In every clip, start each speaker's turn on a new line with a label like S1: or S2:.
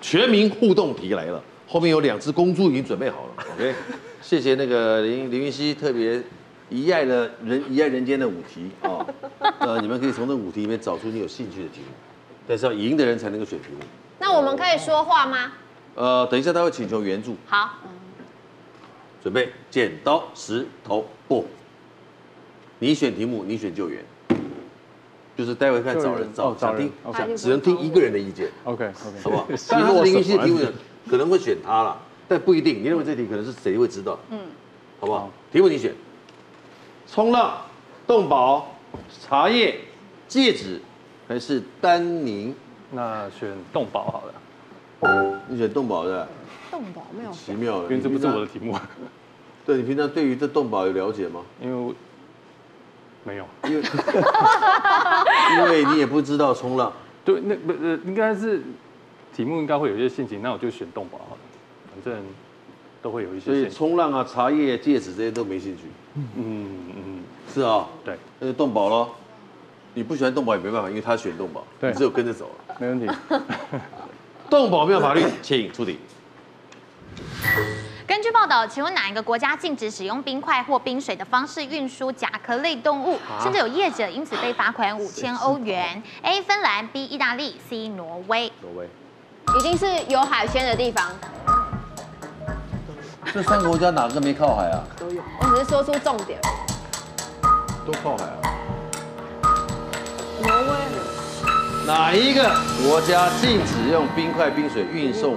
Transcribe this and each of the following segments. S1: 全民互动题来了，后面有两只公猪已经准备好了。OK，谢谢那个林林云熙特别一爱的人一爱人间的五题啊，呃，你们可以从这五题里面找出你有兴趣的题目，但是要赢的人才能够选题目。
S2: 那我们可以说话吗？
S1: 呃，等一下他会请求援助，
S2: 好，
S1: 准备剪刀石头布，你选题目，你选救援，就是待会看找人找
S3: 找人
S1: 听，
S3: 哦
S2: 他就
S1: 只能听一个人的意见。
S3: ，OK OK，
S1: 好 不好？当然他是林云熙的题目的，可能会选他啦，但不一定。你认为这题可能是谁会知道？嗯，好不好？题目你选：冲浪、动保、茶叶、戒指，还是丹宁？
S3: 那选动保好了，
S1: 你选动保的，
S2: 动保没有
S1: 奇妙了。
S3: 因为这不是我的
S1: 你平常。
S3: 题目，
S1: 对你平常对于这动保有了解吗？
S3: 因为我没有。
S1: 因为 因为你也不知道冲浪。
S3: 对，那不呃，应该是题目应该会有一些陷阱，那我就选动保好了，反正都会有一
S1: 所
S3: 些
S1: 以
S3: 陷阱。
S1: 冲浪啊、茶叶、戒指这些都没兴趣，
S3: 嗯嗯，
S1: 是啊、
S3: 对，
S1: 那就动保咯。你不喜欢动保也没办法，因为他选动保，
S3: 对
S1: 你只有跟着走了。
S3: 没问题。
S1: 动保没有法律，请出题。
S4: 根据报道，请问哪一个国家禁止使用冰块或冰水的方式运输甲壳类动物？
S1: 啊
S4: 甚至有业者因此被罚款五千欧元。A. 芬兰，B. 意大利，C. 挪威。
S1: 挪威，
S2: 一定是有海鲜的地方。
S1: 这三个国家哪个没靠海啊？
S2: 我只是说出重点。
S1: 都靠海啊。
S2: 挪威
S1: 哪一个国家禁止用冰块、冰水运送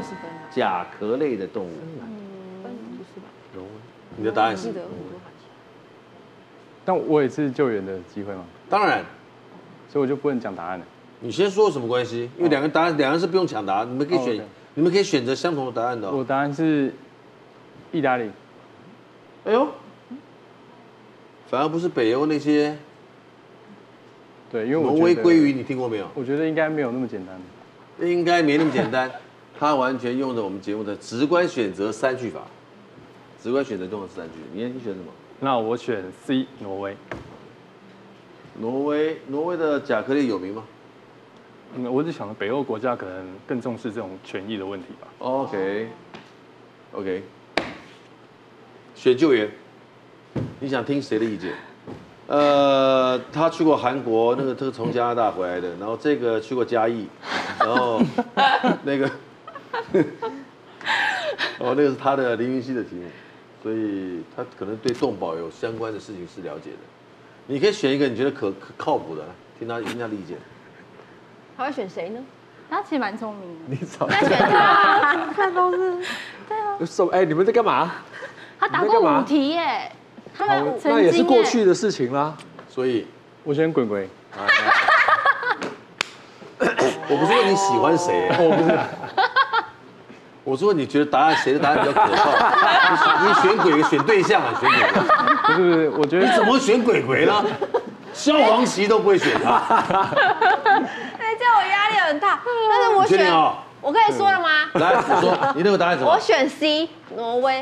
S1: 甲壳类的动物？嗯你的答案是？
S3: 但我也是救援的机会嘛，
S1: 当然，
S3: 所以我就不能讲答案了。
S1: 你先说有什么关系？因为两个答案，两个是不用抢答，你们可以
S3: 哦
S1: 选
S3: ，OK，
S1: 你们可以选择相同的答案的
S3: 我
S1: 哦。
S3: 答案是意大利，
S1: 哎呦，反而不是北欧那些
S3: 对，因为我
S1: 挪
S3: 觉得
S1: 威鲑鱼，，你听过没有？
S3: 我觉得应该没有那么简单。
S1: 应该没那么简单， 他完全用的我们节目的直观选择三句法，直观选择中的三句。你你选什么？
S3: 那我选 C 挪威，
S1: 挪威，挪威的甲壳类有名吗
S3: 嗯，我只想北欧国家可能更重视这种权益的问题吧。
S1: ？OK，OK，、选救援，你想听谁的意见？呃，他去过韩国，那个他是从加拿大回来的，然后这个去过嘉义，然后那个， 哦，那个是他的林云熙的题目，所以他可能对动保有相关的事情是了解的。你可以选一个你觉得可可靠谱的，听他听他的意见。
S2: 他会选谁呢？
S4: 他其实蛮聪明的，
S5: 你找
S4: 他选他，
S5: 有什么？哎，你们在干嘛？
S4: 他答过五题耶。他
S6: 啊
S4: 们五
S5: 那也是
S4: 曾经
S5: 过
S4: 耶
S5: 去的事情啦。
S1: 所以
S3: 我选滚滚，
S1: 我不是问你喜欢谁、
S3: 哦
S1: 我不是， 我是问你觉得答案谁的答案比较可 靠？你你选鬼选对象啊，选鬼鬼，
S3: 不是不是，我觉得
S1: 你怎么会选鬼鬼呢？萧煌奇都不会选他，
S2: 哎，这样我压力很大。但是我
S1: 你确定
S2: 选
S1: 哦，
S2: 我可以说了吗？
S1: 来，你 说你认为答案什
S2: 我
S1: 么？
S2: 选 C，挪威。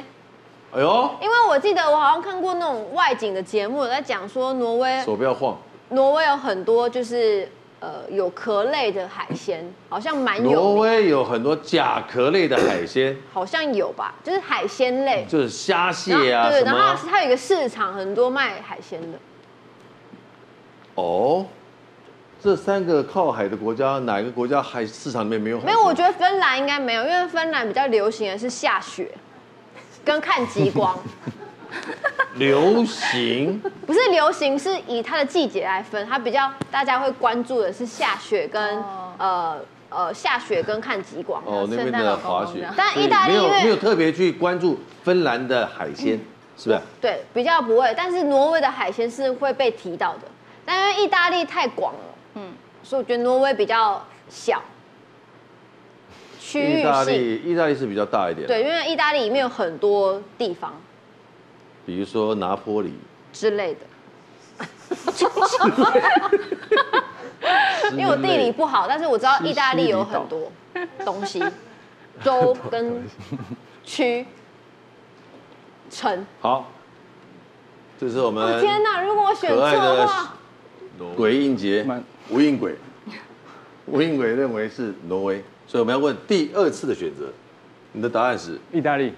S1: 哎呦，
S2: 因为我记得我好像看过那种外景的节目，有在讲说挪威，
S1: 手不要晃。
S2: 挪威有很多就是呃有壳类的海鲜，好像蛮有
S1: 挪
S2: 名，
S1: 威有很多甲壳类的海鲜，
S2: 好像有吧，就是海鲜类。
S1: 就是虾
S2: 然后
S1: 蟹啊
S2: 对，
S1: 什
S2: 然
S1: 么
S2: 后
S1: 啊
S2: 它是它有一个市场，很多卖海鲜的。
S1: 哦。这三个靠海的国家，哪个国家海市场里面没有海鲜？
S2: 没有，我觉得芬兰应该没有，因为芬兰比较流行的是下雪，跟看 极光，
S1: 流行
S2: 不是流行，是以它的季节来分。它比较大家会关注的是下雪跟、呃呃下雪跟看极光。
S1: 哦，那边的滑雪，
S2: 啊但
S1: 所以
S2: 意大利
S1: 没有
S2: 因为嗯
S1: 没有特别去关注芬兰的海鲜，是不是？
S2: 对，比较不会，但是挪威的海鲜是会被提到的，但因为意大利太广了，嗯，所以我觉得挪威比较小，区域
S1: 意大
S2: 性，
S1: 利，意大利是比较大一点，
S2: 对，，因为意大利里面有很多地方
S1: 比如说拿坡里，
S2: 之 类的。
S1: 因
S2: 因为我地理不好，但是我知道意大利有很多东西，州跟区、城。
S1: 好，这是我
S2: 哦
S1: 们
S2: 天哪！如果我选
S1: 可
S2: 错
S1: 爱
S2: 的
S1: 的
S2: 话，
S1: 鬼应杰
S3: 蛮
S1: 吴应鬼，吴应鬼认为是挪威，所以我们要问第二次的选择，你的答案是
S3: 意大利，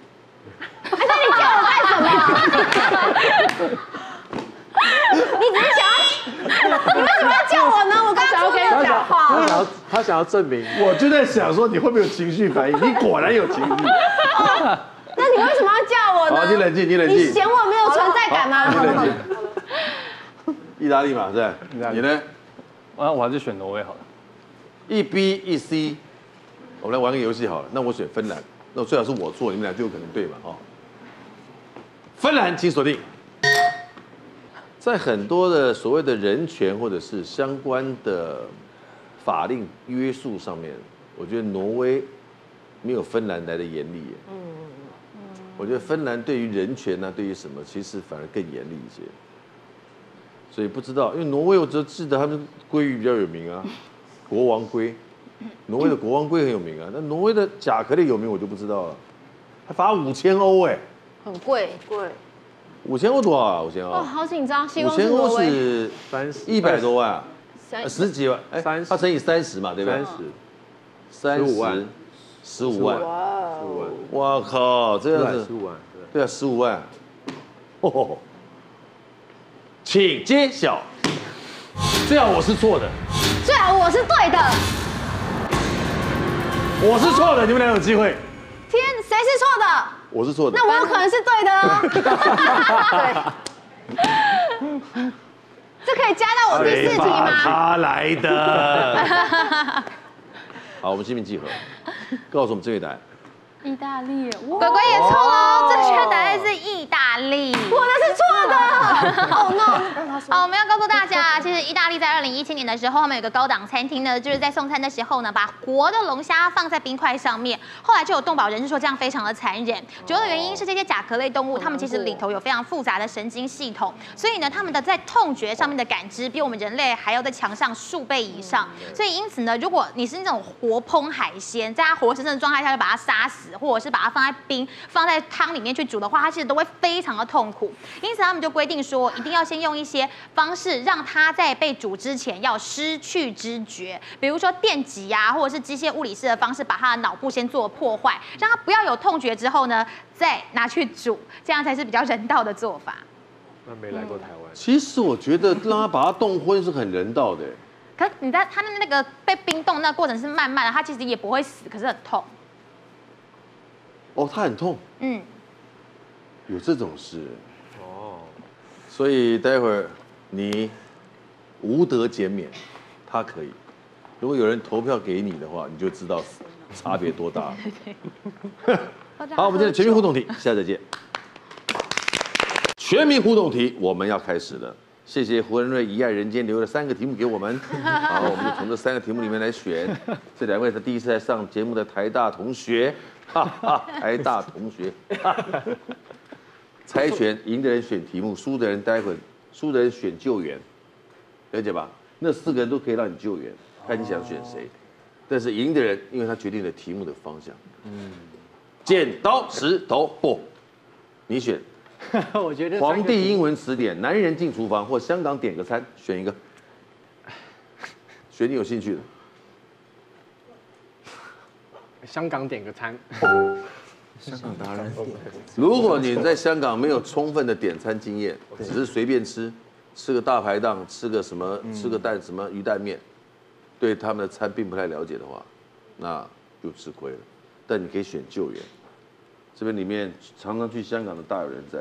S2: 叫我呢？我刚刚说
S5: 他
S2: 了
S5: 想他想要他想要证明，
S7: 我就在想说你会不会有情绪反应，你果然有情绪。
S2: 哦那你为什么要叫我
S1: 好，
S2: 呢？
S1: 你冷静，你冷
S2: 你
S1: 静，
S2: 嫌我没有存在感吗？
S1: 你冷静。意大利嘛，是吧
S3: 大？利
S1: 你呢？
S3: 啊，我还是选挪威好了。
S1: 一 B 一 C，我们来玩个游戏好了。那我选芬兰，那最好是我做，你们俩就有可能对嘛？哦，芬兰，请锁定。在很多的所谓的人权或者是相关的法令约束上面，我觉得挪威没有芬兰来的严厉耶。嗯我觉得芬兰对于人权呢、对于什么，其实反而更严厉一些。所以不知道，因为挪威我只记得他们鲑鱼比较有 名啊，国王鲑，挪威的国王鲑很有名啊，那挪威的甲壳类有名我就不知道了，还罚五千欧哎，
S2: 很贵，
S8: 对，
S1: 五千欧多少啊？五千欧
S2: 哦，，好紧张。希
S1: 五
S2: 望是
S1: 千
S2: 挪
S1: 欧
S2: 威。
S1: 是
S5: 三十
S1: 一百多万啊，
S2: 三
S1: 呃十几万，哎，
S5: 30
S1: 它乘以三十嘛，对不对？三
S5: 15万，
S1: 十五万，
S8: 哇，
S5: 五万，
S1: 我靠，这样子
S5: 十，五万，对
S1: 对啊，十五万，哦，请揭晓，最好我是错的。
S2: 最好我是对的。
S1: 我是错的，你们俩有机会。
S2: 天，谁是错的？
S1: 我是错的
S2: 那，我有可能是对的哦。 这可以加到我第四题吗？
S1: 哎他来 的。好，我们心平气和，告诉我们正确答案。
S8: 意大利，
S4: 乖乖也错喽，正确答案是意大利。
S2: 我那是错 的。哦 no！
S4: 好，我们要告诉大家，其实意大利在二零一七年的时候，他们有一个高档餐厅呢，就是在送餐的时候呢，把活的龙虾放在冰块上面，后来就有动保人士说这样非常的残忍。主要的原因是这些甲壳类动物，它们其实里头有非常复杂的神经系统，所以呢，它们的在痛觉上面的感知比我们人类还要在强上数倍以上。所以因此呢，如果你是那种活烹海鲜，在它活生生的状态下就把它杀死，或者是把它放在冰、放在汤里面去煮的话，它其实都会非常的痛苦。因此他们就规定说，一定要先用一些方式让它在被煮之前要失去知觉，比如说电击啊，或者是机械物理式的方式把它的脑部先做破坏，让它不要有痛觉之后呢，再拿去煮，这样才是比较人道的做法。
S5: 那没来过台湾，
S1: 其实我觉得让他把它冻昏是很人道的。
S4: 可是你在它的那个被冰冻那过程是慢慢的，它其实也不会死，可是很痛。
S1: 哦，它很痛，
S4: 嗯，
S1: 有这种事。
S5: 哦，
S1: 所以待会儿你无得减免，他可以。如果有人投票给你的话，你就知道差别多大了。好，我们今天的全民互动题，下次再见。全民互动题，我们要开始了。谢谢胡仁瑞一爱人间留了三个题目给我们，好，我们就从这三个题目里面来选。这两位是第一次来上节目的台大同学，哈哈，台大同学，猜拳，赢的人选题目，输的人待会输的人选救援，了解吧？那四个人都可以让你救援，
S9: 哦
S1: 看你想选谁。但是赢的人，因为他决定了题目的方向。嗯，剪刀石头布，你选
S9: 我觉得
S1: 《
S9: 三个
S1: 皇帝英文词典》《男人进厨房》或《香港点个餐》，选一个。 选你有兴趣的。
S9: 香港点个餐，
S1: 如果你在香港没有充分的点餐经验，只是随便吃，吃个大排档，吃个什么，吃个蛋什么鱼蛋面，对他们的餐并不太了解的话，那就吃亏了。但你可以选救援，这边里面常常去香港的大有人在，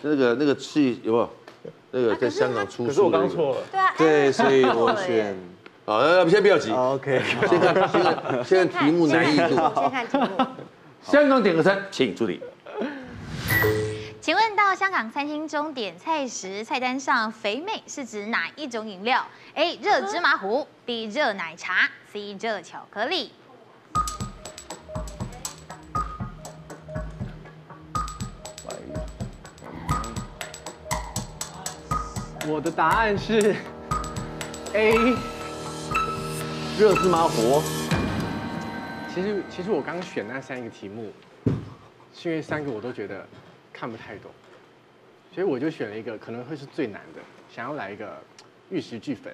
S1: 那个那个去有没有？那
S8: 啊
S1: 个在香港出书、
S3: 可是我刚错了，
S2: 对
S8: 哎
S2: 啊，
S5: 对，所以我选
S1: 好，那那先不要急，
S5: OK，
S1: 先看先看先看题目难易度。
S8: 先看题目，
S1: 香港点个餐，请助理。
S4: 请问到香港餐厅中点菜时，菜单上“肥美”是指哪一种饮料？A. 热芝麻糊，B. 热奶茶，C. 热巧克力。
S9: 我的答案是 A。
S1: 热芝麻糊，
S9: 其实其实我刚选那三个题目，是因为三个我都觉得看不太懂，所以我就选了一个可能会是最难的，想要来一个玉石俱焚。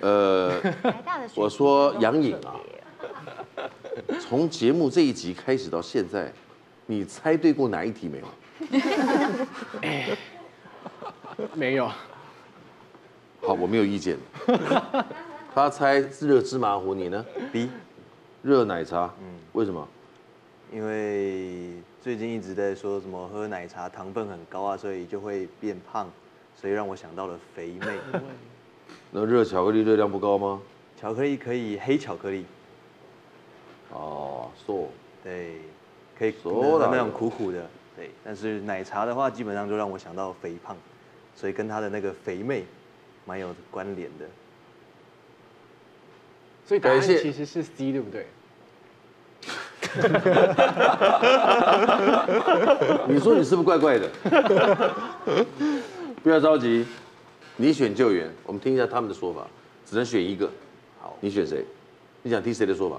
S1: 呃，
S4: 台大的学
S1: 我说杨颖啊，从节目这一集开始到现在，你猜对过哪一题没有？
S9: 没有，
S1: 好，我没有意见。他猜热芝麻糊，你呢？
S10: B，
S1: 热奶茶，
S9: 嗯
S1: 为什么？
S10: 因为最近一直在说什么喝奶茶糖分很高啊，所以就会变胖，所以让我想到了肥妹。
S1: 那热巧克力热量不高吗？
S10: 巧克力可以黑巧克力，
S1: 哦，瘦。
S10: 对，可以
S1: 说到
S10: 那
S1: 有
S10: 种苦苦的，对。但是奶茶的话，基本上就让我想到肥胖，所以跟他的那个肥妹蛮有关联的。
S9: 所以答案
S1: 感谢
S9: 其实是 C，对不对？
S1: 你说你是不是怪怪的？ 不要着急，你选救援，我们听一下他们的说法，只能选一个。
S10: 好
S1: 你选谁？你想听谁的说法？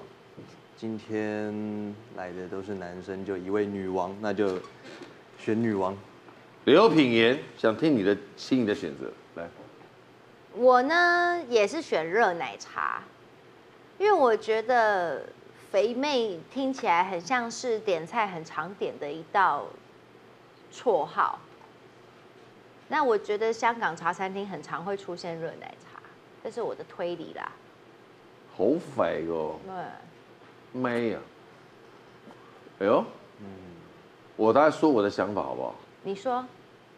S10: 今天来的都是男生，就一位女王，那就选女王。
S1: 刘品言想听你的心仪的选择，来，
S11: 我呢也是选热奶茶，因为我觉得肥妹听起来很像是点菜很常点的一道绰号。那我觉得香港茶餐厅很常会出现热奶茶，这是我的推理啦。
S1: 好肥哦，
S11: 嗯，
S1: 妹呀、哎呦，我大概说我的想法好不好？
S11: 你说，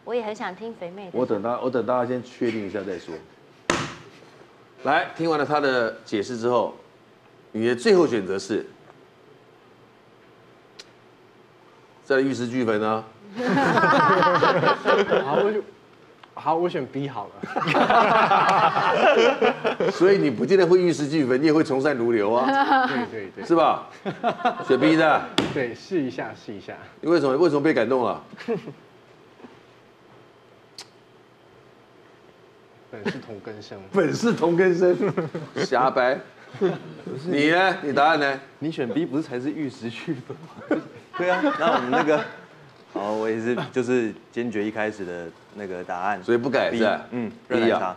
S11: 我也很想听肥妹的。
S1: 我等他，我等大家先确定一下再说。来，听完了他的解释之后，你的最后选择是，在玉石俱焚呢？
S9: 好，我就好，我选 B 好了。
S1: 所以你不见得会玉石俱焚，你也会从善如流啊，
S9: 对对对
S1: 是吧？雪碧的，
S9: 对，试一下试一下。
S1: 你为什么为什么被感动了？
S9: 本是同根生，
S7: 本是同根生，
S1: 瞎掰。你呢？你答案呢？
S10: 你选 B 不是才是玉 石俱焚吗？对啊，那我们那个，好，我也是，就是坚决一开始的那个答案，
S1: 所以不改
S10: B，
S1: 是吧？
S10: 嗯，热
S1: B
S10: 奶
S1: 啊
S10: 茶。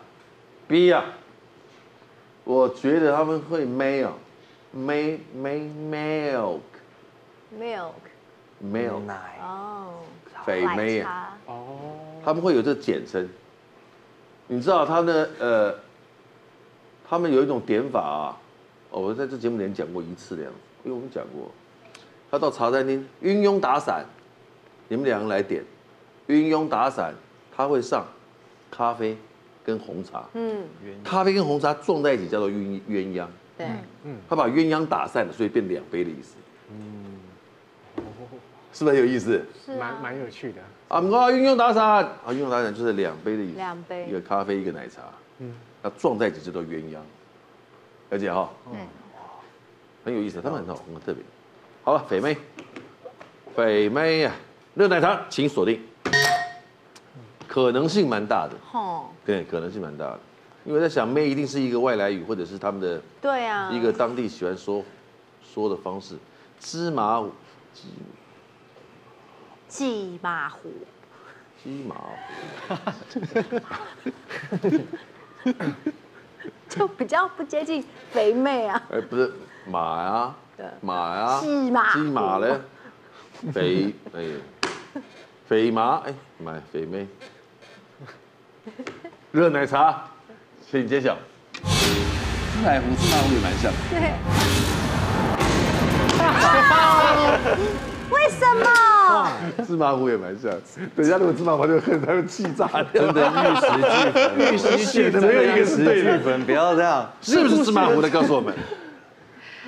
S1: B 啊呀、我觉得他们会 milk milk milk
S11: milk
S1: milk
S10: 奶
S11: 哦，
S1: 肥妹呀、
S11: 啊，
S1: 他们会有这个简称。你知道他的呃，他们有一种点法啊，哦，我在这节目里面讲过一次的样子，因为我们讲过，他到茶餐厅晕庸打伞，你们两个来点，晕庸打伞，他会上咖啡跟红茶，
S11: 嗯，
S1: 咖啡跟红茶撞在一起叫做鸳鸳鸯。
S11: 对，
S5: 嗯
S1: 他把鸳鸯打散了，所以变两杯的意思。嗯是不是很有意思？
S11: 是
S9: 蛮
S11: 啊，
S9: 蛮有趣的。
S1: 啊，我们说啊鸳鸯打散啊，鸳鸯打散就是两杯的意思，
S11: 两杯
S1: 一个咖啡，一个奶茶。嗯，那撞在一起就叫鸳鸯，了解哈？嗯，很有意思，他们很好，很特别。好了，肥妹，肥妹呀、热奶茶，请锁定，可能性蛮大的，
S11: 吼，
S1: 对，可能性蛮大的，因为在想妹一定是一个外来语，或者是他们的
S11: 对啊，
S1: 一个当地喜欢说说的方式，芝麻糊
S11: 骑马虎，
S1: 芝麻糊
S11: 就比较不接近肥妹啊。
S1: 哎、不是马呀、啊
S11: 对，
S1: 马呀、啊，
S11: 骑马
S1: 鸡马
S11: 虎
S1: 嘞， 肥哎，肥麻哎，买肥妹，热奶茶，请揭晓。芝麻糊，芝麻糊也蛮像的。
S11: 为什么？
S1: 芝麻糊也蛮像的，
S7: 等一下如果芝麻糊就恨，他会气炸了。
S10: 真的玉石俱焚，
S7: 必须选择有一个是对的
S10: 俱。焚，不要这样。
S1: 是不是芝麻糊的？告诉我们，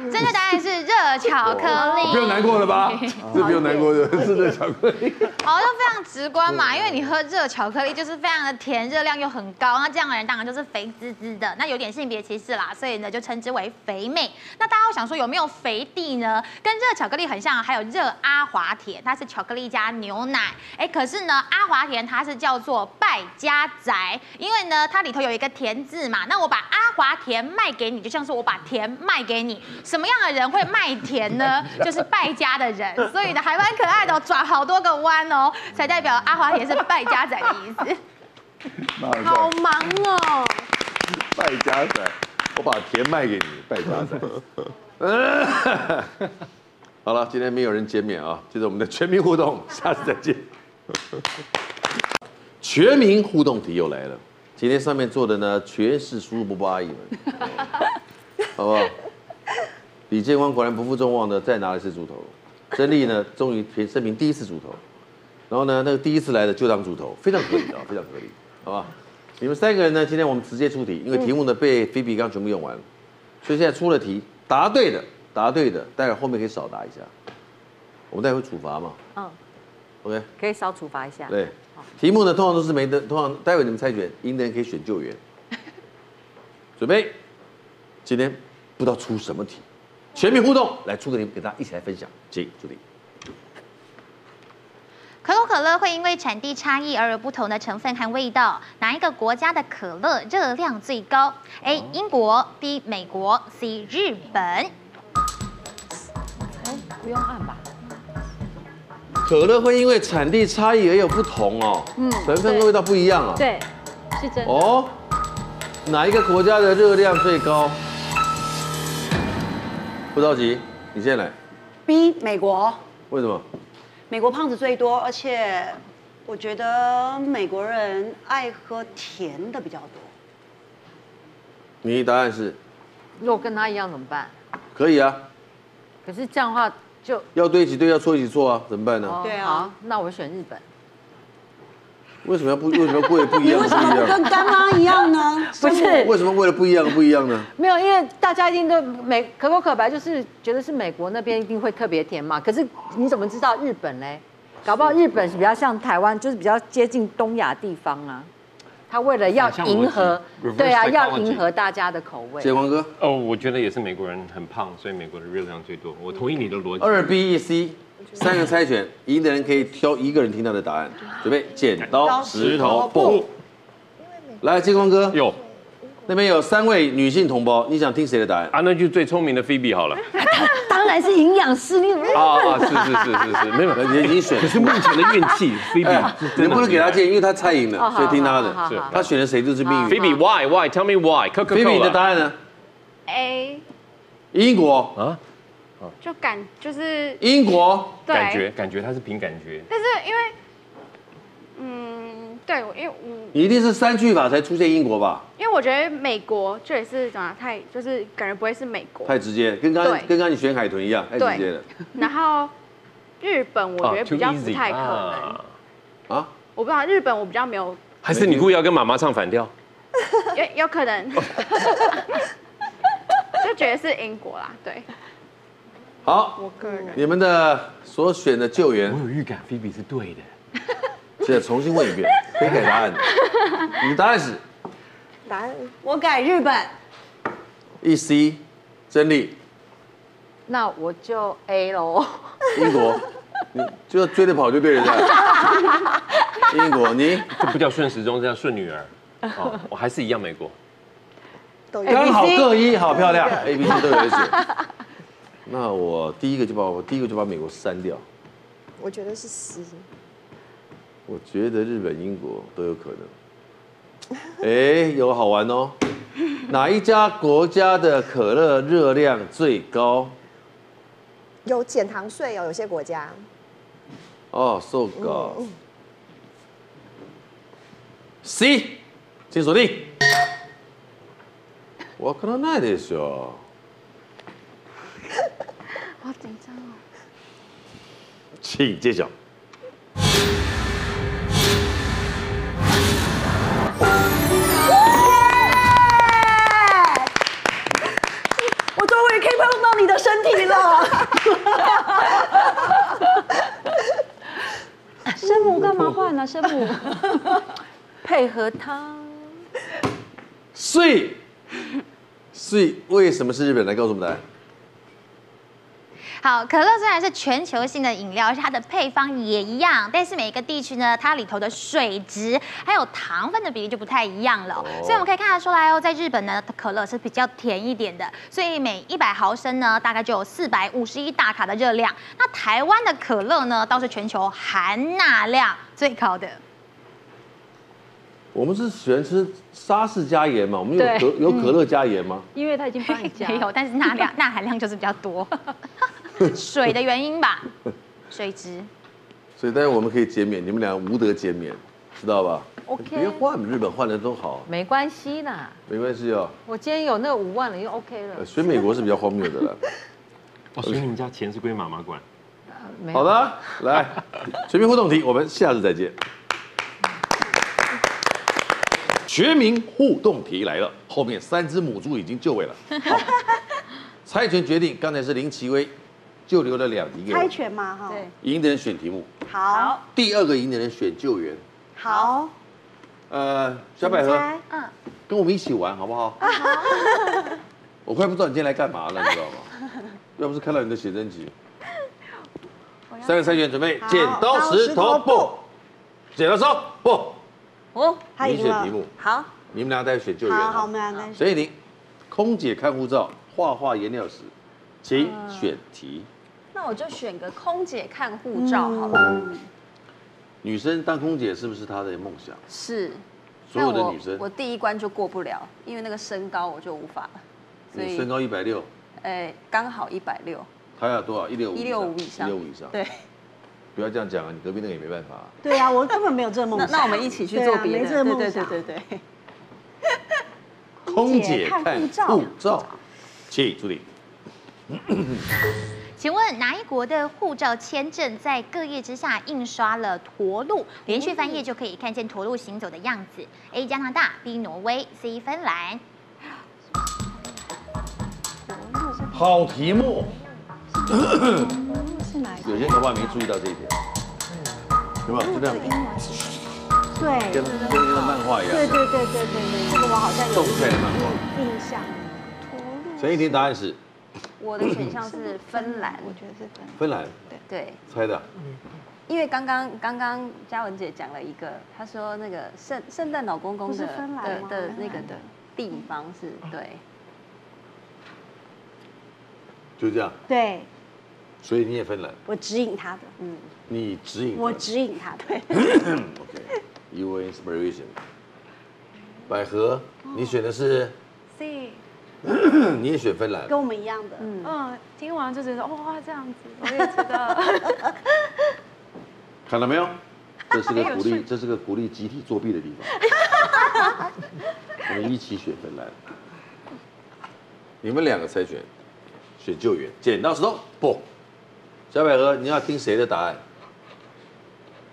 S4: 正确答案是热巧克 力。
S7: 不用难哦过了吧？这 不用难过的，是的巧克力。
S4: 哦，就非常直观嘛，因为你喝热巧克力就是非常的甜，热量又很高，那这样的人当然就是肥滋滋的，那有点性别歧视啦，所以呢就称之为肥妹。那大家会想说有没有肥弟呢？跟热巧克力很像，还有热阿华田，它是巧克力加牛奶。哎，可是呢阿华田它是叫做败家仔，因为呢它里头有一个甜字嘛，那我把阿华田卖给你，就像是我把甜卖给你，什么样的人会卖甜呢？就是败家的人，所以呢还蛮可爱的、哦，转好多个弯哦，才代表阿华田是败家仔的意思。
S11: 好忙哦，
S1: 败家仔，我把田卖给你，败家仔。 好了，今天没有人减免啊，这是我们的全民互动，下次再见。 全民互动题又来了，今天上面坐的呢全是叔叔伯伯阿姨们，好不好？李建光果然不负众望的再拿了一次猪头，曾丽呢终于平生平第一次猪头，然后呢那个第一次来的就当猪头，非常合理啊，非常合理，好吧？你们三个人呢，今天我们直接出题，因为题目呢被菲比刚全部用完了，所以现在出了题，答对的答对的，待会儿后面可以少答一下，我们待会儿处罚嘛
S12: 嗯，
S1: ，OK？
S12: 可以少处罚一下。
S1: 对，题目呢通常都是没得，通常待会你们猜拳，赢的人可以选救 援。准备，今天不知道出什么题，全民互动来出个题目给大家一起来分享。
S13: 嗯
S1: 请助理，
S4: 可口可乐会因为产地差异而有不同的成分和味道。哪一个国家的可乐热量最高？A. 英国 B. 美国 C. 日本。
S12: 哎不用按吧？
S1: 可乐会因为产地差异而有不同哦，
S13: 嗯
S1: 成分跟味道不一样啊。，
S13: 对，是真的。
S1: 哦，哪一个国家的热量最高？不着急，你先来，
S14: B 美国，
S1: 为什么？
S14: 美国胖子最多，而且我觉得美国人爱喝甜的比较多。
S1: 你答案是
S12: 如果跟他一样怎么办？
S1: 可以啊，
S12: 可是这样的话就
S1: 要对一起对，要错一起错啊，怎么办呢？
S12: 哦好，那我选日本。
S1: 为什么要不为什么贵不一
S12: 你
S1: 样？
S12: 为什么
S1: 不一样
S12: 不跟干妈一样呢 不是
S1: 为什么为了不一样不一样呢？
S12: 没有，因为大家一定对美可口可白就是觉得是美国那边一定会特别甜嘛。可是你怎么知道日本嘞？搞不好日本是比较像台湾，就是比较接近东亚地方啊。他为了要
S1: 啊
S9: 反向逻辑
S12: 迎合，对啊，
S9: reverse psychology
S12: 要迎合大家的口味。
S1: 光哥，
S9: 哦，我觉得也是美国人很胖，所以美国的热量最多。我同意你的逻辑。
S1: 嗯二 B 一 C，三个猜拳，赢的人可以挑一个人听到的答案。准备，剪刀石头布。来，金光哥，
S9: 有，
S1: 那边有三位女性同胞，你想听谁的答案？
S9: 啊，那就最聪明的菲比好了。
S12: 当然是营养师，你怎么
S9: 啊啊，是是是是是，没有，
S1: 你已经选。
S9: 可是目前的运 气，菲比
S1: 哎
S9: 是真的很厉害，
S1: 你不能给他建议，因为他猜赢
S9: 哦
S1: 了，
S9: 好
S1: 所以听他
S9: 好好好
S1: 的
S9: 好。
S1: 他选了谁就是命运。
S9: 菲比 why why tell me why？可可
S1: 菲比你的答案呢？
S15: A
S1: 英国
S9: 啊，
S15: 就感就是
S1: 英国
S15: 对
S9: 感觉感觉他是凭感觉。
S15: 但是因为嗯，对，我因为我
S1: 你一定是三句法才出现英国吧？
S15: 因为我觉得美国这也是怎么样太就是感觉不会是美国，
S1: 太直接，跟刚
S15: 对
S1: 跟刚刚你选海豚一样，太直接了。
S15: 然后日本我觉
S9: 啊
S15: 得比较不太可能，
S9: 能。
S1: 啊，
S15: 我不知道日本我比较没有，
S9: 还是你故意要跟妈妈唱反调？
S15: 有有可 能，就觉得是英国啦，对，
S1: 好，
S15: 我个人
S1: 你们的所选的救援，我
S9: 有预感菲比是对的。
S1: 现在重新问一遍，可以改答案的。 你的答案是
S14: 答案我改日本，
S1: E C，真理，
S12: 那我就 A 喽。
S1: 英国，你就要追着跑就对了是吧。 英国，你
S9: 这不叫顺时钟，这叫顺女儿。 哦，我还是一样美国。
S16: 哎
S1: 刚好各一，好漂亮，A B C 都有一选。那我第一个就把我第一个就把美国删掉，
S2: 我觉得是 C，
S1: 我觉得日本、英国都有可能。 哎，有好玩哦。哪一家国家的可乐热量最高？
S2: 有减糖税哦，有些国家。嗯
S1: 哦，so god。C，请锁定。わからないでしょ。
S15: 好紧张哦。
S1: 请揭晓。
S14: 我终于可以碰到你的身体了。
S13: 生母干嘛换呢、 生母
S12: 配合他，
S1: 睡，睡为什么是日本？来告诉我们答案。
S4: 好，可乐虽然是全球性的饮料，而且它的配方也一样，但是每个地区呢，它里头的水质还有糖分的比例就不太一样了哦。所以我们可以看得出来哦，在日本呢，可乐是比较甜一点的，所以每一百毫升呢，大概就有四百五十一大卡的热量。那台湾的可乐呢，倒是全球含钠量最高的。
S1: 我们是喜欢吃沙士加盐嘛，我们有
S4: 对
S1: 可有可乐
S4: 嗯
S1: 加盐吗？
S4: 因为它已经 帮你加没有，但是钠量钠含量就是比较 多，水的原因吧，水质。
S1: 所以，但是我们可以减免，你们俩无得减免，知道吧
S12: OK
S1: 别换日本换的都好，
S12: 没关系啦，
S1: 没关系啊。
S12: 我今天有那五万了，又 OK 了
S1: 呃。所以美国是比较荒谬的了。
S15: 哦，所以你们家钱是归妈妈管。
S1: 呃
S12: 没有
S1: 好，的，来，全民互动题，我们下次再见。全民互动题来了，后面三只母猪已经就位了。好，猜拳决定，刚才是林奇威，就留了两题给
S17: 猜
S1: 我，
S17: 拳嘛哈。对，
S1: 赢的人选题目，
S17: 好，
S1: 第二个赢的人选救援。
S17: 好，
S1: 呃，小百合，
S17: 嗯，
S1: 跟我们一起玩好不好？
S17: 啊
S1: 我快不知道你今天来干嘛了，你知道吗？要不是看到你的写真集。三个猜拳准备，剪刀石头布，剪刀石头布，
S17: 哦，他
S1: 你
S17: 赢
S1: 选
S17: 了
S1: 题目。
S17: 好，
S1: 你们俩再选救援
S17: 好
S1: 啊。
S17: 好，我们俩再
S1: 所以您，空姐看护照，画画颜料时，请选题。
S13: 那我就选个空姐看护照好了。
S1: 嗯，女生当空姐是不是她的梦想？
S13: 是，
S1: 所有的
S13: 但我
S1: 女生
S13: 我第一关就过不了，因为那个身高我就无法了。所
S1: 你
S13: 以
S1: 身，高一百六，
S13: 哎，刚好一百六，
S1: 她要多少？一六五。
S13: 一六五以上，
S1: 一六五以上。
S13: 对，
S1: 不要这样讲啊，你隔壁那个也没办法啊、
S17: 对啊，我根 本没有这个 梦
S13: 那
S17: 想。
S13: 那我们一起去
S17: 对
S13: 做
S17: 啊
S13: 别
S17: 没
S13: 的，
S17: 这个
S13: 对
S17: 梦
S13: 对对
S17: 想。
S13: 对对。
S1: 空姐
S17: 姐看
S1: 看
S17: 护照
S1: 护照，请助理。
S4: 请问哪一国的护照签证在各页之下印刷了驼鹿？连续翻页就可以看见驼鹿行走的样子。A. 加拿大，B. 挪威，C. 芬兰。
S1: 好题目，
S17: 是哪一个？
S1: 有些头发没注意到这一点，有
S17: 嗯
S1: 没有？就这样，
S17: 对，
S1: 跟跟那个漫画一样，
S17: 对对对对对对，这个我好像有
S1: 动态的漫画。
S17: 印象。
S1: 陈一婷答案是
S13: 我的选项是芬兰，我觉得是芬兰。
S1: 芬兰，
S13: 对，
S1: 猜的啊。
S13: 因为刚刚刚刚嘉文姐讲了一个，她说那个圣圣诞老公公
S17: 不是
S13: 的
S17: 芬兰
S13: 的
S17: 吗
S13: 的
S17: 芬
S13: 那
S17: 兰
S13: 个的地方是对。
S1: 就这样。
S17: 对，
S1: 所以你也芬兰，
S17: 我指引他的，嗯，
S1: 你指引的
S17: 我指引他的。
S1: You were inspiration。百合，你选的是，
S18: C
S17: 嗯
S1: 你也选芬兰，
S17: 跟我们一样的，
S18: 嗯，听完就觉
S17: 哦
S18: 得哇这样子，我也觉得
S1: 看到没有？这是个鼓
S18: 没有
S1: 励，
S18: 睡
S1: 这是个鼓励集体作弊的地方。我们一起选芬兰。你们两个猜拳，选救援，剪刀石头布。小百合，你要听谁的答案？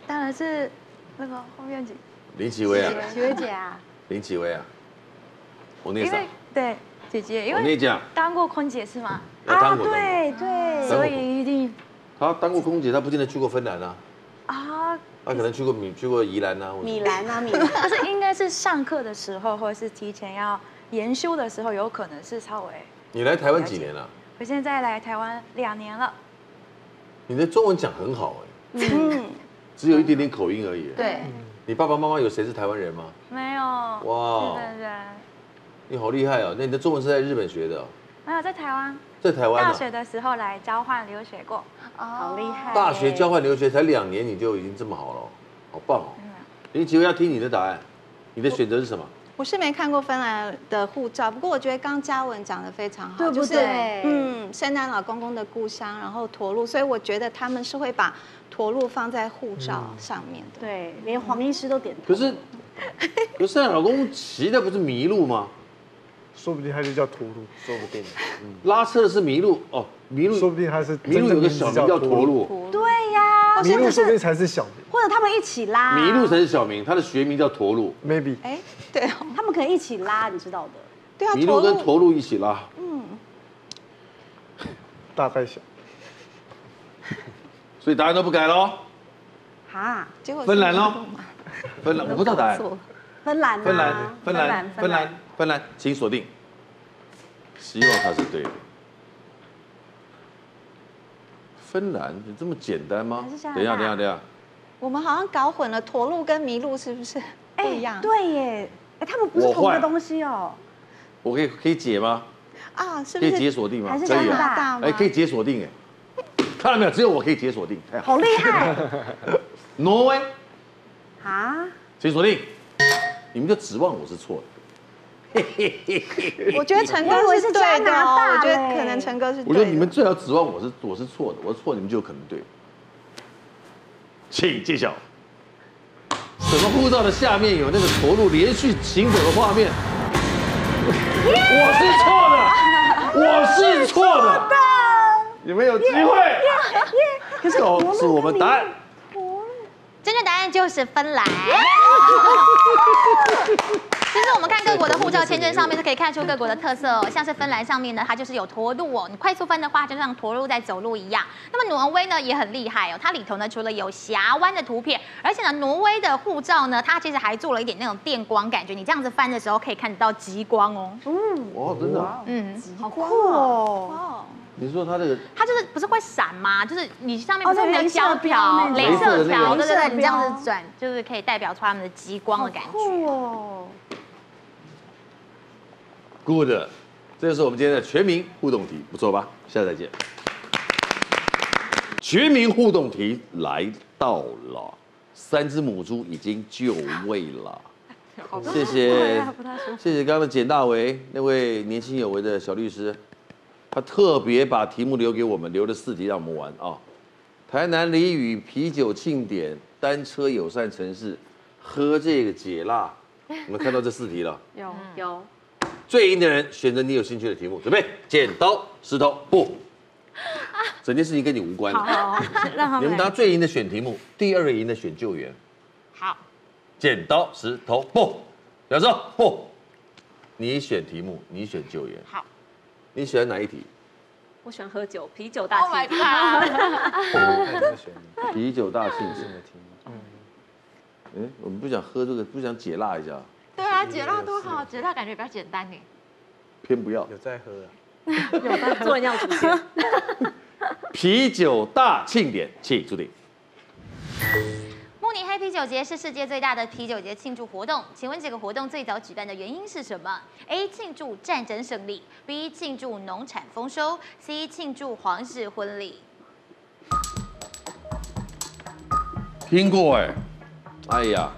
S18: 当然是那个后面几
S1: 林奇威啊，
S17: 几位姐啊，
S1: 林奇威啊，我那
S18: 因
S1: 啥
S18: 为，对姐姐，因
S1: 我跟你
S18: 为
S1: 讲
S18: 当过空姐是吗？啊
S1: 要哦当过的。
S18: 对对所以一定
S1: 他当过空姐，他不见得去过芬兰啊，
S18: 啊，
S1: 他可能去过米，去过宜兰啊。或者
S18: 米兰啊，米兰，但是应该是上课的时候，或者是提前要研修的时候，有可能是稍微。
S1: 你来台湾几年了、
S18: 我现在来台湾两年了，
S1: 你的中文讲很好哎、
S18: 嗯，
S1: 只有一点点口音而已。
S18: 对，
S1: 你爸爸妈妈有谁是台湾人吗？
S18: 没有
S1: 哇
S18: 日本人，
S1: 你好厉害哦！那你的中文是在日本学的哦、
S18: 没有在台湾，
S1: 在台湾
S18: 大
S1: 啊？
S18: 学的时候来交换留学过，好厉害
S1: 大学交换留学才两年，你就已经这么好了哦，好棒哦！林奇威要听你的答案，你的选择是什么？
S7: 哦
S19: 我是没看过芬兰的护照，不过我觉得刚嘉文讲的非常好，
S17: 对不
S19: 就是
S17: 对
S19: 嗯，圣诞老公公的故乡，然后驼鹿，所以我觉得他们是会把驼鹿放在护照上面的。
S17: 对，连黄医师都点
S1: 可
S17: 头。
S1: 是，可是老公骑的不是麋鹿吗？
S7: 说不定他就叫驼鹿，说不定，嗯，
S1: 拉车的是麋鹿哦，麋鹿
S7: 说不定他是
S1: 麋鹿有个小名叫驼鹿，
S17: 对呀，
S19: 哦
S7: 麋鹿说不定
S17: 是
S7: 才是小名
S17: 或者他们一起
S19: 啊
S17: 拉，
S1: 麋鹿才是小名，它的学名叫驼鹿。
S7: ，maybe
S17: 哎，
S19: 对，哦啊
S17: 他们可能一起拉，你知道的。对
S1: 麋鹿跟驼鹿一起拉，
S17: 嗯，
S7: 大概小。
S1: 所以答案都不改喽。
S17: 哈，
S19: 结果
S1: 芬兰喽，芬兰我不知道答案。
S17: 芬兰啊，
S1: 芬兰，芬兰，芬兰，芬兰，请锁定。希望它是对的。芬兰有这么简单吗
S19: 还是？加拿
S1: 等一下，
S19: 大
S1: 等一下，等一下，
S19: 我们好像搞混了驼鹿跟麋鹿是不是不一样？
S17: 哎对耶，哎，他们不是
S1: 我
S17: 同一个
S1: 换
S17: 东西哦。
S1: 我可以可以解吗？
S19: 啊，是
S1: 可
S19: 不
S1: 以
S19: 是？
S1: 解锁定吗？
S19: 还是
S1: 可以
S19: 加拿
S1: 啊
S19: 大，吗
S1: 哎，可以解锁定哎，看到没有？只有我可以解锁定，太好
S17: 好厉害
S1: 挪威，
S17: 啊！
S1: 请锁定。你们就指望我是错的。嘿嘿嘿嘿嘿
S19: 我觉 得陈哥
S1: 我以为
S19: 是
S1: 加
S19: 对的
S1: 拿
S19: 哦，
S1: 大
S19: 我觉得
S1: 嘞
S19: 可能陈哥是
S1: 我觉
S19: 对
S1: 得
S19: 的。
S1: 你们最好指望我是我是错的，我是错，你们就有可能对。请揭晓。什么护照的下面有那个驼鹿连续行走的画面？我是错的，我是错的，你们有机会。
S4: 可是
S1: 告诉我们答案。
S4: 真正答案就是芬兰。其实我们看各国的护照签证上面是可以看出各国的特色哦，像是芬兰上面呢，它就是有驼鹿哦，你快速翻的话，就像驼鹿在走路一样。那么挪威呢也很厉害哦，它里头呢除了有峡湾的图片，而且呢挪威的护照呢，它其实还做了一点那种电光，感觉你这样子翻的时候可以看得到极光哦。嗯，
S1: 哦，真的啊、
S4: 嗯，
S2: 好
S4: 酷哦。
S1: 你说他这个
S4: 它就是不是会闪吗？就是你上面不是
S2: 哦
S4: 会
S2: 那
S4: 有
S2: 镭射
S4: 胶
S2: 标那
S4: 条、
S1: 种
S4: 镭
S1: 镭射的
S4: 射
S1: 那
S4: 条，
S1: 种
S4: 对对
S1: 镭射标
S4: 对，你这样子转，就是可以代表出他们的极光的感觉。哦
S1: Good，这就是我们今天的全民互动题，不错吧？下次再见。全民互动题来到了，三只母猪已经就位了。谢谢，谢谢刚刚的简大为那位年轻有为的小律师，他特别把题目留给我们，留了四题让我们玩啊、台南俚语啤酒庆典，单车友善城市，喝这个解辣。我们看到这四题了。
S13: 有
S6: 嗯
S13: 有，
S1: 最赢的人选择你有兴趣的题目，准备剪刀石头布。整件事情跟你无关
S13: 好
S1: 了。
S13: 好，好让他
S1: 你们
S13: 们
S1: 拿最赢的选题目，第二赢的选救援。
S4: 好，
S1: 剪刀石头布，表示布。你选题目，你选救援。
S6: 好，
S1: 你喜欢哪一题？
S6: 我喜欢喝酒，啤酒大庆
S4: Oh my
S1: 啤酒大庆幸的题目。嗯，我们不想喝这个，不想解辣一下，
S6: 对啊，解辣多好，解辣感觉比较简单呢。
S1: 偏不要。
S5: 有在喝啊。
S6: 做人要主见。
S1: 啤酒大庆典，请注定。
S4: 慕尼黑啤酒节是世界最大的啤酒节庆祝活动。请问这个活动最早举办的原因是什么？A. 庆祝战争胜利，B. 庆祝农产丰收，C. 庆祝皇室婚礼。
S1: 听过哎，哎呀，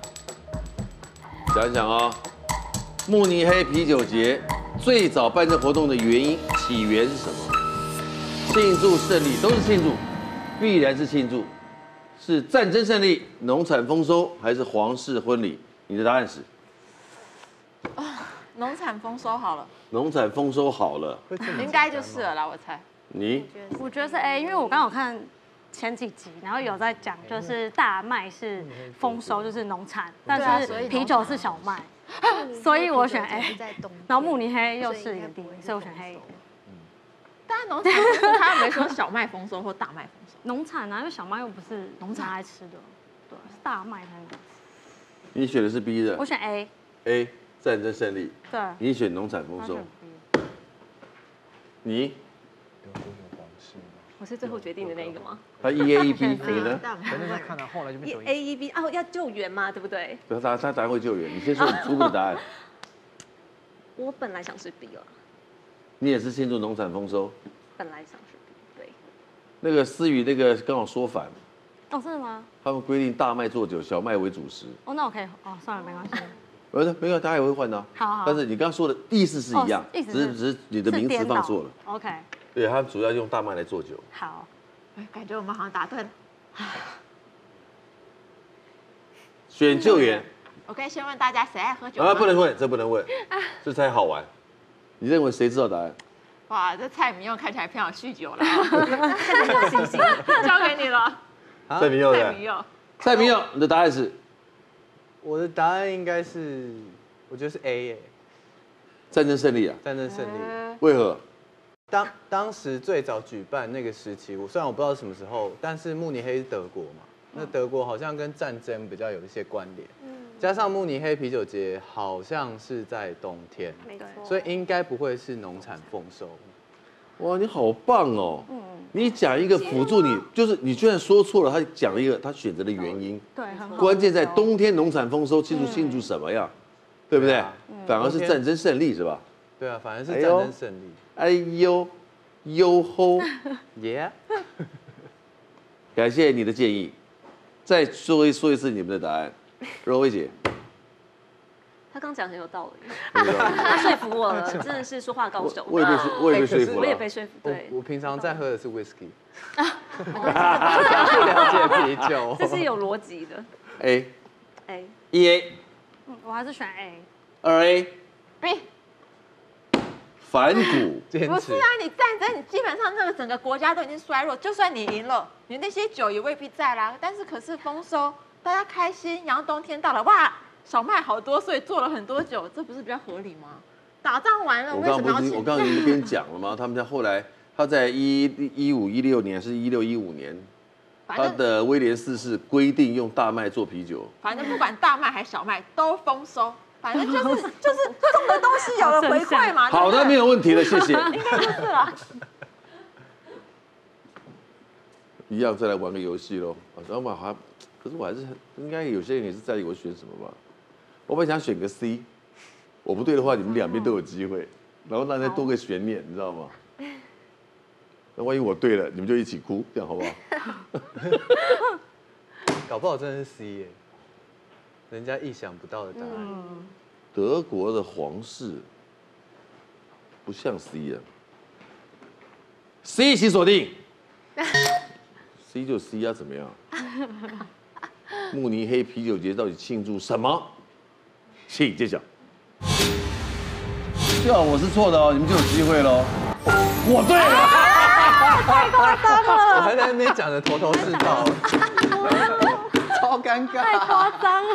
S1: 想想啊、慕尼黑啤酒节最早办这活动的原因起源是什么？庆祝胜利都是庆祝，必然是庆祝，是战争胜利、农产丰收还是皇室婚礼？你的答案是
S6: 农产丰收好了，
S1: 农产丰收好了，
S6: 应该就是了啦，我猜。
S1: 你
S16: 我觉得是哎 A，因为我刚好看前几集，然后有在讲，就是大麦是丰收，就是农产，
S6: 嗯对啊
S16: 但
S6: 所
S16: 是
S6: 以
S16: 啤酒是小麦，所以我选 A。然后慕尼黑又是一个 B，所以我选 A。
S6: 但农产丰收他又没说小麦丰收或大麦丰收。
S16: 农产啊，因为小麦又不是农产来吃的，对，是大麦才能吃。
S1: 你选的是 B 的
S16: 我选 A，
S1: ，A 战争胜利，
S16: 对，
S1: 你选农产丰收，你
S6: 我是最后决定的那一个吗？
S1: 他 E A E B，你 呢？
S6: 那就看到后来就 A E B 哦，要救援嘛，对不对？
S1: 不要他他答案会救援，你先说你初步的答 案。
S6: 我本来想是 B 了，
S1: 你也是庆祝农产丰收。
S6: 本来想是 B，对。
S1: 那个思雨那个刚好说反，
S16: 哦，真的吗？
S1: 他们规定大麦做酒，小麦为主食。
S16: 哦，那我可以，哦，算了，没关系。
S1: 不是，没有，他也会换的、啊。
S16: 好好
S1: 但是你刚刚说的意思是一样，
S16: 哦意思
S1: 只
S16: 是
S1: 是只是你的名词放错了。。
S16: OK，
S1: 对，他主要用大麦来做酒。
S16: 好，
S6: 哎感觉我们好像答对了。
S1: 选救援
S6: 我可以先问大家谁爱喝酒吗
S1: 啊，不能。问，这不能问，这才好玩。 你认为谁知道答案？
S6: 哇，这蔡明用看起来偏好酗酒了哦，现在有信心， 交给你了。
S1: 啊蔡明佑
S6: 蔡
S1: 的
S6: 明。佑，
S1: 蔡明佑，你的答案是
S5: 我的答案应该是，我觉得是 A 耶，
S1: 战争胜利啊？
S5: 战争胜利。
S1: 为何？
S5: 当当时最早举办那个时期，我虽然我不知道什么时候，但是慕尼黑是德国嘛，那德国好像跟战争比较有一些关联，
S16: 嗯
S5: 加上慕尼黑啤酒节好像是在冬天，
S6: 没错
S5: 所以应该不会是农产丰收。
S1: 哇，你好棒哦！你讲一个辅助你，就是你居然说错了，他讲了一个他选择的原因。
S16: 对，很好。
S1: 关键在冬天农产丰收庆祝庆祝什么呀？对不对？反而是战争胜利是吧？
S5: 对啊，反正
S1: 哎
S5: 是
S1: 呦
S5: 战争胜利。
S1: 哎呦，呦吼！
S5: 耶、
S1: 感谢你的建议，再说一说一次你们的答案，若薇姐，
S20: 他刚讲很有道理，
S1: 对啊
S20: 他说服 我了，真的是嗯说话高手。
S1: 我我也被说我也
S6: 哎
S1: 被说服了
S20: 哎我也被说服，
S5: 我
S20: 对。
S5: 我平常在喝的是 whisky，
S1: 了
S5: 解啤酒
S20: 这是有逻辑的。
S1: A
S20: A，
S1: 一 A
S16: 嗯我还是选 A。
S1: 二 A
S6: 哎，
S1: 反骨坚
S6: 不是啊，你战争，你基本上那个整个国家都已经衰弱，就算你赢了，你那些酒也未必在啦。但是可是丰收，大家开心，然后冬天到了，哇，小麦好多，所以做了很多酒，这不是比较合理吗？打仗完了，
S1: 我
S6: 为
S1: 刚
S6: 什
S1: 刚不
S6: 么要
S1: 是
S6: 去？
S1: 我刚刚已经跟你讲了吗？ 他们在后来，他在一一五一六年，还是一六一五年，
S6: 反
S1: 他
S6: 正
S1: 的威廉四世规定用大麦做啤酒。
S6: 反正不管大麦还是小麦都丰收，反正就是就是种的东西有了回馈嘛。
S1: 好
S6: 对不对
S1: 的没有问题了谢谢
S6: 应该就是了。
S1: 一样再来玩个游戏喽。啊，然后嘛，还可是我还是很应该有些人也是在意我选什么吧。我本来想选个 C，我不对的话，你们两边都有机
S6: 哦
S1: 会，然后让大家多个悬念，你知道吗？那万一我对了，你们就一起哭，这样好不好？
S5: 搞不好真的是 C 耶，人家意想不
S2: 嗯
S5: 到的答 案。
S1: 德国的皇室不像 C 啊，C 请锁定，C 就 C 啊，怎么样？慕尼黑啤酒节到底庆祝什么？请揭晓。对啊，我是错的哦，你们就有机会喽。我对了，
S5: 啊太夸张了！我还在那边讲的头头是道，超尴尬。
S16: 太夸张了。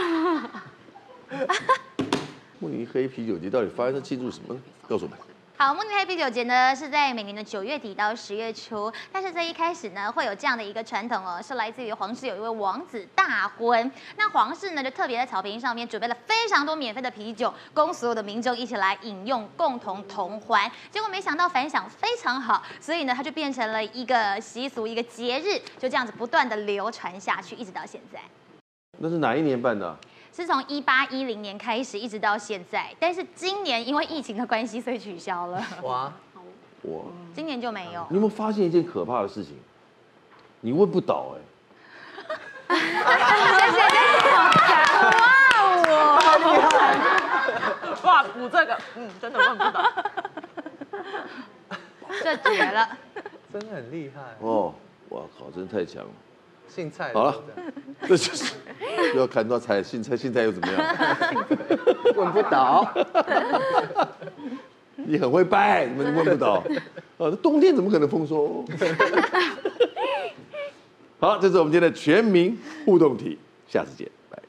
S1: 慕尼黑啤酒节到底发生庆祝什么呢？告诉我们。
S4: 好，慕尼黑啤酒节呢是在每年的九月底到十月初，但是在一开始呢会有这样的一个传统哦，是来自于皇室有一位王子大婚，那皇室呢就特别在草坪上面准备了非常多免费的啤酒，供所有的民众一起来饮用，共同同欢。结果没想到反响非常好，所以呢它就变成了一个习俗，一个节日，就这样子不断的流传下去，一直到现在。
S1: 那是哪一年办的啊、
S4: 是从一八一零年开始一直到现在，但是今年因为疫情的关系，所以取消 了。
S5: 哇，
S1: 我，
S4: 今年就没有。
S1: 你有没有发现一件可怕的事情？你问不倒哎、
S6: 哎哦哇，补这个，嗯，真的问不到。
S4: 这绝了。
S5: 真的很厉害，
S1: 哦，哇靠，真的太强了。
S5: 姓蔡的
S1: 好了
S5: 都这样，
S1: 这就是又要砍到菜，现在现在又怎么样？
S5: 问不倒。
S1: 你很会掰，你们问不到。呃，冬天怎么可能丰收？ 好，这是我们今天的全民互动题，下次见，拜。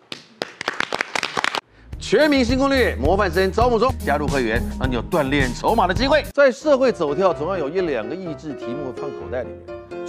S1: 全民新攻略模范生招募中，加入会员让你有锻炼筹码的机会。在社会走跳，总要有一两个益智题目放口袋里面，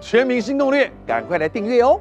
S1: 全民新攻略，赶快来订阅哦。